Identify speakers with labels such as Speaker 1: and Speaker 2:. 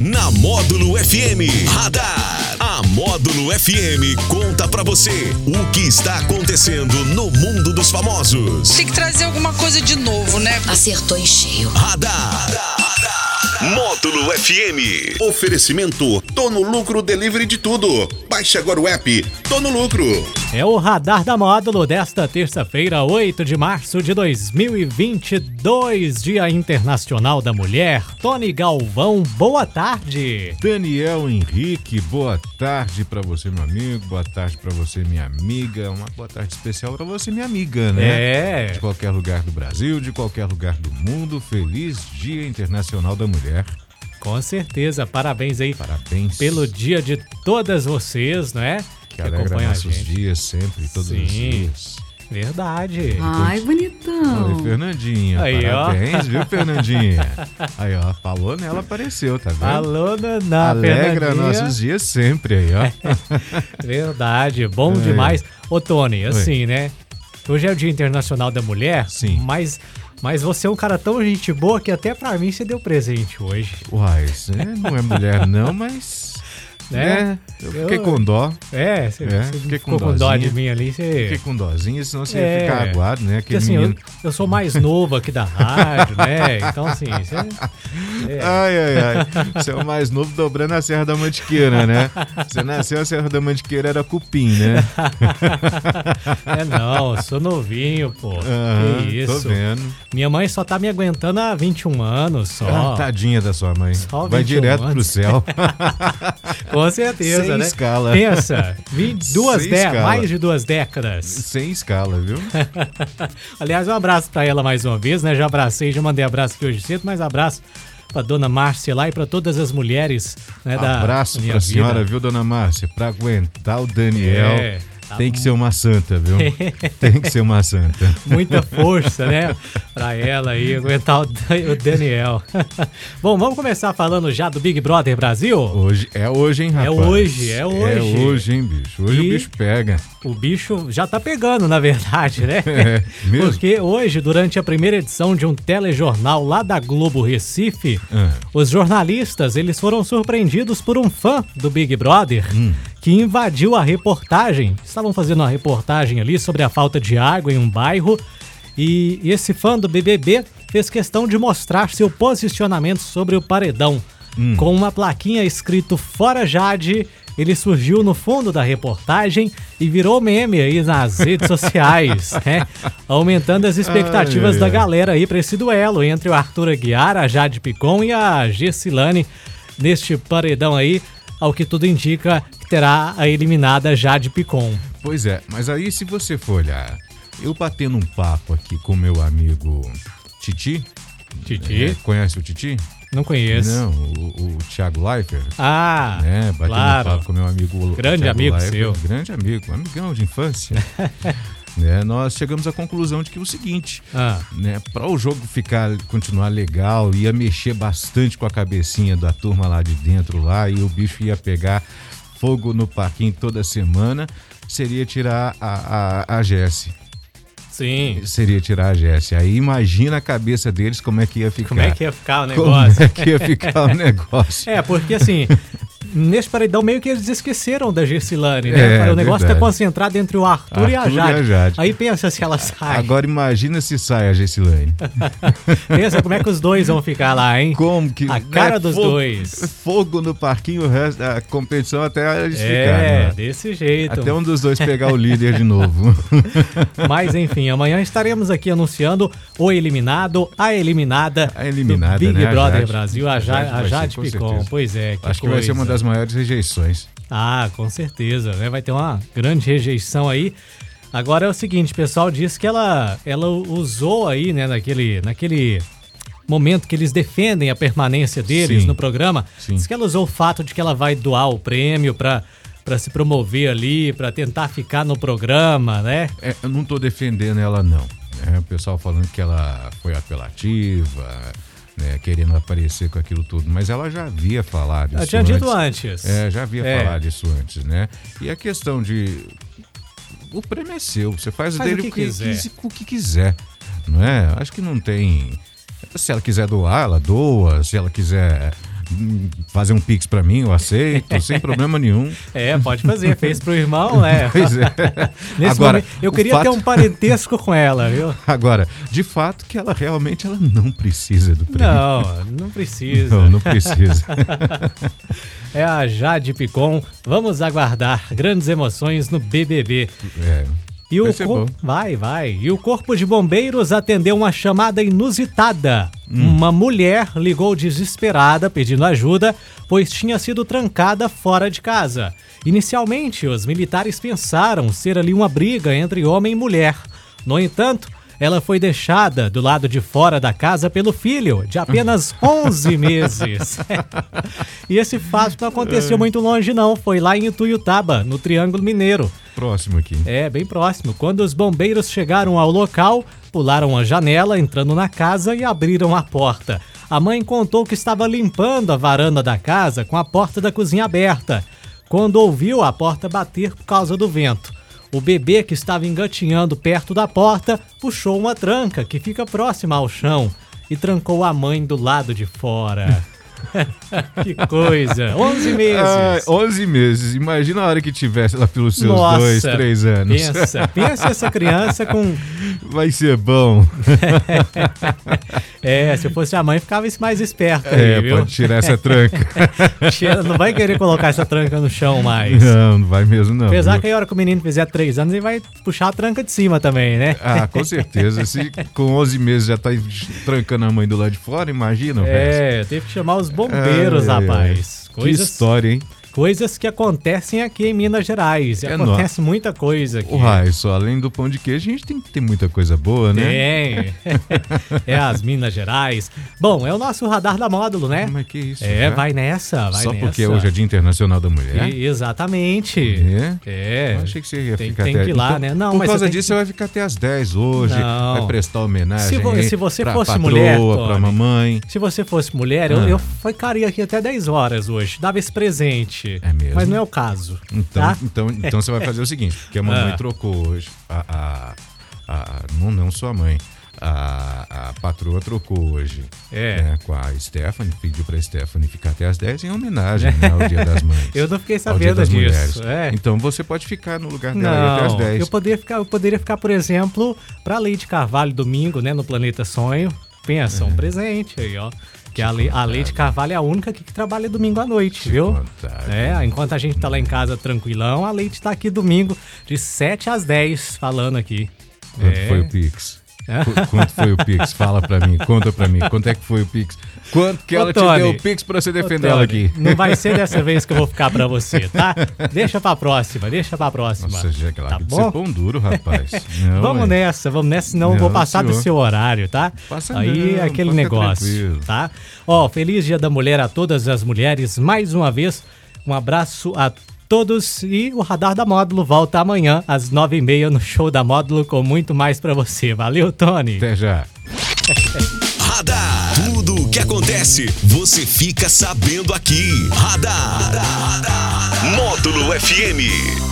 Speaker 1: Na Módulo FM Radar. A Módulo FM conta pra você o que está acontecendo no mundo dos famosos.
Speaker 2: Tem que trazer alguma coisa de novo, né?
Speaker 3: Acertou em cheio.
Speaker 1: Radar. Módulo FM.
Speaker 4: Oferecimento: Tô no lucro delivery de tudo. Baixe agora o app Tô no lucro.
Speaker 5: É o radar da módulo desta terça-feira, 8 de março de 2022, Dia Internacional da Mulher. Tony Galvão, boa tarde.
Speaker 6: Daniel Henrique, boa tarde pra você, meu amigo. Boa tarde pra você, minha amiga. Uma boa tarde especial pra você, minha amiga, né?
Speaker 5: É,
Speaker 6: De qualquer lugar do Brasil, de qualquer lugar do mundo. Feliz Dia Internacional da Mulher.
Speaker 5: com certeza. Parabéns aí
Speaker 6: Parabéns.
Speaker 5: pelo dia de todas vocês, não é?
Speaker 6: que alegra nossos dias sempre, todos
Speaker 5: Sim.
Speaker 6: os dias.
Speaker 5: Verdade.
Speaker 3: Ai,
Speaker 6: Oi,
Speaker 3: bonitão.
Speaker 6: Fernandinha.
Speaker 5: Aí, ó.
Speaker 6: Parabéns, viu, Fernandinha? Aí, ó, falou nela, apareceu, tá vendo?
Speaker 5: Alô, Naná,
Speaker 6: Alegra
Speaker 5: Fernandinha.
Speaker 6: nossos dias sempre aí, ó.
Speaker 5: Verdade, bom
Speaker 6: É.
Speaker 5: demais. Ô, Tony, assim, né? Hoje é o Dia Internacional da Mulher.
Speaker 6: Sim.
Speaker 5: Mas, mas você é um cara tão gente boa que até pra mim você deu presente hoje.
Speaker 6: Uai, você não é mulher não, mas...
Speaker 5: Né?
Speaker 6: Né? Eu fiquei
Speaker 5: Eu-
Speaker 6: com dó.
Speaker 5: É, você,
Speaker 6: É,
Speaker 5: você
Speaker 6: fiquei com
Speaker 5: ficou com dó
Speaker 6: dózinha.
Speaker 5: de mim ali. Você...
Speaker 6: Fiquei com dózinha, senão você
Speaker 5: É.
Speaker 6: ia ficar aguado, né?
Speaker 5: Porque
Speaker 6: Aquele
Speaker 5: assim, eu,
Speaker 6: menino...
Speaker 5: eu sou mais novo aqui da rádio, né? Então, assim, você... é,
Speaker 6: Ai, ai, ai. Você é o mais novo dobrando a Serra da Mantiqueira, né? Você nasceu, a Serra da Mantiqueira era cupim, né?
Speaker 5: é, não, eu sou novinho, pô.
Speaker 6: Aham,
Speaker 5: que
Speaker 6: Tô
Speaker 5: isso.
Speaker 6: vendo.
Speaker 5: Minha mãe só tá me aguentando há 21 anos só.
Speaker 6: Ah, tadinha da sua mãe.
Speaker 5: Só
Speaker 6: Vai
Speaker 5: 21
Speaker 6: direto pro
Speaker 5: anos.
Speaker 6: céu.
Speaker 5: Com certeza,
Speaker 6: Sem
Speaker 5: né?
Speaker 6: escala.
Speaker 5: Pensa, vi- duas
Speaker 6: Sem
Speaker 5: dé-
Speaker 6: escala.
Speaker 5: mais de duas décadas.
Speaker 6: Sem escala, viu?
Speaker 5: Aliás, um abraço pra ela mais uma vez, né? Já abracei, já mandei abraço aqui hoje cedo, mas abraço pra dona Márcia lá e pra todas as mulheres, né? da
Speaker 6: Abraço
Speaker 5: minha
Speaker 6: pra
Speaker 5: vida.
Speaker 6: senhora, viu, dona Márcia? Pra aguentar o Daniel,
Speaker 5: É, tá
Speaker 6: tem que ser uma santa, viu? tem que ser uma santa.
Speaker 5: Muita força, né? Pra ela aí aguentar o, Dan- o Daniel. Bom, vamos começar falando já do Big Brother Brasil?
Speaker 6: Hoje, é hoje, hein,
Speaker 5: É
Speaker 6: rapaz?
Speaker 5: hoje, é
Speaker 6: É
Speaker 5: hoje.
Speaker 6: hoje, hein, bicho? Hoje
Speaker 5: E-
Speaker 6: o bicho pega.
Speaker 5: O bicho já tá pegando, na verdade, né?
Speaker 6: É, mesmo?
Speaker 5: Porque hoje, durante a primeira edição de um telejornal lá da Globo Recife,
Speaker 6: Ah.
Speaker 5: os jornalistas eles foram surpreendidos por um fã do Big Brother
Speaker 6: Hum.
Speaker 5: que invadiu a reportagem. Estavam fazendo uma reportagem ali sobre a falta de água em um bairro e esse fã do BBB fez questão de mostrar seu posicionamento sobre o paredão.
Speaker 6: Hum.
Speaker 5: Com uma plaquinha escrito Fora Jade, ele surgiu no fundo da reportagem e virou meme aí nas redes sociais, né? Aumentando as expectativas
Speaker 6: Ai, ai,
Speaker 5: da
Speaker 6: ai.
Speaker 5: galera aí para esse duelo entre o Arthur Aguiar, a Jade Picon e a Gessilane neste paredão aí, ao que tudo indica que terá a eliminada Jade Picon.
Speaker 6: Pois é, mas aí se você for olhar, eu batendo um papo aqui com meu amigo Titi.
Speaker 5: Titi?
Speaker 6: É, conhece o Titi?
Speaker 5: Não conheço.
Speaker 6: Não, o, o Thiago Leifert.
Speaker 5: Ah,
Speaker 6: né? Batendo
Speaker 5: claro.
Speaker 6: papo com meu amigo
Speaker 5: Grande
Speaker 6: Thiago
Speaker 5: amigo
Speaker 6: Leifert,
Speaker 5: seu.
Speaker 6: Grande amigo, amigão de infância. né? Nós chegamos à conclusão de que é o seguinte,
Speaker 5: Ah.
Speaker 6: né? Para o jogo ficar continuar legal, ia mexer bastante com a cabecinha da turma lá de dentro lá e o bicho ia pegar fogo no parquinho toda semana. Seria tirar a, a, a Jessie.
Speaker 5: Sim.
Speaker 6: Seria tirar a Jessie. Aí imagina a cabeça deles como é que ia ficar.
Speaker 5: Como é que ia ficar o negócio?
Speaker 6: Como é que ia ficar o negócio?
Speaker 5: É, porque assim, nesse paredão meio que eles esqueceram da Gessilane, né?
Speaker 6: É,
Speaker 5: o negócio tá
Speaker 6: verdade.
Speaker 5: concentrado entre o Arthur, e, a
Speaker 6: Arthur e
Speaker 5: Jade.
Speaker 6: a Jade.
Speaker 5: Aí pensa se ela sai.
Speaker 6: Agora imagina se sai a Gessilane.
Speaker 5: Pensa como é que os dois vão ficar lá, hein?
Speaker 6: Como que.
Speaker 5: A
Speaker 6: né,
Speaker 5: cara dos
Speaker 6: fogo-
Speaker 5: dois.
Speaker 6: Fogo no parquinho, o resto da competição até
Speaker 5: É,
Speaker 6: eles ficarem. né?
Speaker 5: desse jeito.
Speaker 6: Até um dos dois pegar o líder de novo.
Speaker 5: Mas enfim, amanhã estaremos aqui anunciando o eliminado, a eliminada,
Speaker 6: A eliminada,
Speaker 5: do Big
Speaker 6: né, a
Speaker 5: Brother
Speaker 6: Jade.
Speaker 5: Brasil, a, Ja-
Speaker 6: A Jade
Speaker 5: a
Speaker 6: vai ser,
Speaker 5: Jade
Speaker 6: com
Speaker 5: Picon.
Speaker 6: certeza.
Speaker 5: Pois é, que
Speaker 6: Acho que vai ser uma
Speaker 5: coisa.
Speaker 6: das maiores rejeições.
Speaker 5: Ah, com certeza, né? Vai ter uma grande rejeição aí. Agora é o seguinte, o pessoal diz que ela, ela usou aí, né, naquele, naquele momento que eles defendem a permanência deles
Speaker 6: Sim.
Speaker 5: no programa,
Speaker 6: Sim.
Speaker 5: diz que ela usou o fato de que ela vai doar o prêmio pra para se promover ali, pra tentar ficar no programa, né?
Speaker 6: É, eu não tô defendendo ela, não. né? o pessoal falando que ela foi apelativa, né, querendo aparecer com aquilo tudo, mas ela já havia falado
Speaker 5: Ela
Speaker 6: isso
Speaker 5: tinha dito antes.
Speaker 6: É, já havia
Speaker 5: É.
Speaker 6: falado isso antes, né? E a questão de. O prêmio é seu, você faz,
Speaker 5: Faz o
Speaker 6: dele
Speaker 5: que
Speaker 6: o que,
Speaker 5: quiser.
Speaker 6: quis- o que quiser, não é? Acho que não tem. Se ela quiser doar, ela doa, se ela quiser hum, fazer um pix pra mim, eu aceito, sem problema nenhum.
Speaker 5: É, pode fazer. Fez pro irmão, é.
Speaker 6: Pois é.
Speaker 5: Nesse
Speaker 6: Agora,
Speaker 5: momento, eu
Speaker 6: o
Speaker 5: queria ter
Speaker 6: fato-
Speaker 5: um parentesco com ela, viu?
Speaker 6: Agora, de fato que ela realmente ela não precisa do prêmio.
Speaker 5: Não, não precisa.
Speaker 6: não, não precisa.
Speaker 5: É a Jade Picon. Vamos aguardar grandes emoções no BBB.
Speaker 6: É.
Speaker 5: E o
Speaker 6: Vai ser
Speaker 5: cor-
Speaker 6: bom.
Speaker 5: Vai, vai. E o Corpo de Bombeiros atendeu uma chamada inusitada. Uma mulher ligou desesperada pedindo ajuda, pois tinha sido trancada fora de casa. Inicialmente, os militares pensaram ser ali uma briga entre homem e mulher. No entanto, ela foi deixada do lado de fora da casa pelo filho, de apenas 11 meses. e esse fato não aconteceu muito longe, não. Foi lá em Ituiutaba, no Triângulo Mineiro.
Speaker 6: Próximo aqui.
Speaker 5: É, bem próximo. Quando os bombeiros chegaram ao local, pularam a janela, entrando na casa e abriram a porta. A mãe contou que estava limpando a varanda da casa com a porta da cozinha aberta, quando ouviu a porta bater por causa do vento. O bebê que estava engatinhando perto da porta puxou uma tranca que fica próxima ao chão e trancou a mãe do lado de fora. que coisa! 11 meses!
Speaker 6: Ai, 11 meses. Imagina a hora que tivesse lá pelos seus
Speaker 5: Nossa,
Speaker 6: dois, três anos.
Speaker 5: Pensa, pensa essa criança com.
Speaker 6: Vai ser bom.
Speaker 5: É, se eu fosse a mãe, ficava esse mais esperto aí,
Speaker 6: É,
Speaker 5: viu?
Speaker 6: pode tirar essa tranca.
Speaker 5: Cheira- Não vai querer colocar essa tranca no chão mais.
Speaker 6: Não, não vai mesmo, não.
Speaker 5: Apesar
Speaker 6: viu?
Speaker 5: que a hora que o menino fizer três anos, ele vai puxar a tranca de cima também, né?
Speaker 6: Ah, com certeza. Se com 11 meses já tá trancando a mãe do lado de fora, imagina. o resto.
Speaker 5: É, teve que chamar os bombeiros,
Speaker 6: Ai, ai,
Speaker 5: rapaz.
Speaker 6: ai. Que
Speaker 5: Coisas,
Speaker 6: história, hein?
Speaker 5: coisas que acontecem aqui em Minas Gerais. E
Speaker 6: É né?
Speaker 5: Acontece muita coisa aqui.
Speaker 6: Uai, só além do pão de queijo, a gente tem que ter muita coisa boa, né?
Speaker 5: Tem. É as Minas Gerais. Bom, é o nosso radar da módulo, né?
Speaker 6: Mas que isso?
Speaker 5: É,
Speaker 6: já?
Speaker 5: vai nessa, vai
Speaker 6: Só
Speaker 5: nessa.
Speaker 6: porque hoje é Dia Internacional da Mulher?
Speaker 5: E- Exatamente.
Speaker 6: É?
Speaker 5: É.
Speaker 6: Eu achei que você ia
Speaker 5: tem,
Speaker 6: ficar
Speaker 5: tem
Speaker 6: até...
Speaker 5: que ir lá,
Speaker 6: Então,
Speaker 5: né? Não,
Speaker 6: por
Speaker 5: mas
Speaker 6: causa
Speaker 5: você tem
Speaker 6: disso, você vai ficar até as 10 hoje,
Speaker 5: Não.
Speaker 6: vai prestar homenagem
Speaker 5: Se vo-
Speaker 6: aí
Speaker 5: se você
Speaker 6: pra
Speaker 5: fosse
Speaker 6: patroa,
Speaker 5: mulher,
Speaker 6: pra
Speaker 5: Tony.
Speaker 6: mamãe.
Speaker 5: Se você fosse mulher,
Speaker 6: Ah.
Speaker 5: eu, eu ficaria aqui até 10 horas hoje. Dava esse presente.
Speaker 6: É mesmo?
Speaker 5: Mas não é o caso.
Speaker 6: Então,
Speaker 5: tá?
Speaker 6: então, então você vai fazer o seguinte, porque a mamãe
Speaker 5: Ah.
Speaker 6: trocou hoje, a, a, a- não, não sua mãe, a, a patroa trocou hoje
Speaker 5: É.
Speaker 6: né, com a Stephanie, pediu pra Stephanie ficar até as 10 em homenagem né, ao Dia das Mães.
Speaker 5: Eu não fiquei
Speaker 6: ao Dia
Speaker 5: sabendo
Speaker 6: das
Speaker 5: disso.
Speaker 6: Mulheres.
Speaker 5: É.
Speaker 6: Então você pode ficar no lugar dela aí até as
Speaker 5: Não,
Speaker 6: 10.
Speaker 5: eu poderia, ficar, eu poderia ficar, por exemplo, pra Leite Carvalho domingo, né, no Planeta Sonho. Pensa,
Speaker 6: É.
Speaker 5: um presente aí, ó. Que a, Le, a Leite Carvalho é a única aqui que trabalha domingo à noite, viu?
Speaker 6: contrário.
Speaker 5: É, enquanto a gente tá lá em casa tranquilão, a Leite tá aqui domingo, de 7 às 10, falando aqui.
Speaker 6: Quanto
Speaker 5: É.
Speaker 6: foi o Pix? Qu- Quanto foi o Pix? Fala pra mim, conta pra mim. Quanto é que foi o Pix? Quanto que
Speaker 5: Ô,
Speaker 6: ela
Speaker 5: Tony.
Speaker 6: te deu o Pix pra você
Speaker 5: Ô,
Speaker 6: defender ela
Speaker 5: Tony,
Speaker 6: aqui?
Speaker 5: Não vai ser dessa vez que eu vou ficar pra você, tá? Deixa pra próxima, deixa pra próxima.
Speaker 6: Nossa, Jack,
Speaker 5: tá
Speaker 6: lá que você é
Speaker 5: bom?
Speaker 6: pão duro, rapaz. Não,
Speaker 5: Vamos
Speaker 6: é.
Speaker 5: nessa, vamos nessa, senão eu
Speaker 6: Não,
Speaker 5: vou passar do
Speaker 6: senhor.
Speaker 5: seu horário, tá?
Speaker 6: Passa
Speaker 5: Aí é aquele
Speaker 6: não, pode ficar
Speaker 5: negócio,
Speaker 6: tranquilo.
Speaker 5: tá? Ó, feliz Dia da Mulher a todas as mulheres, mais uma vez, um abraço a todos e o Radar da Módulo volta amanhã às nove e meia no Show da Módulo com muito mais pra você. Valeu, Tony!
Speaker 6: Até já.
Speaker 1: Radar. Tudo o que acontece, você fica sabendo aqui. Radar. Módulo FM.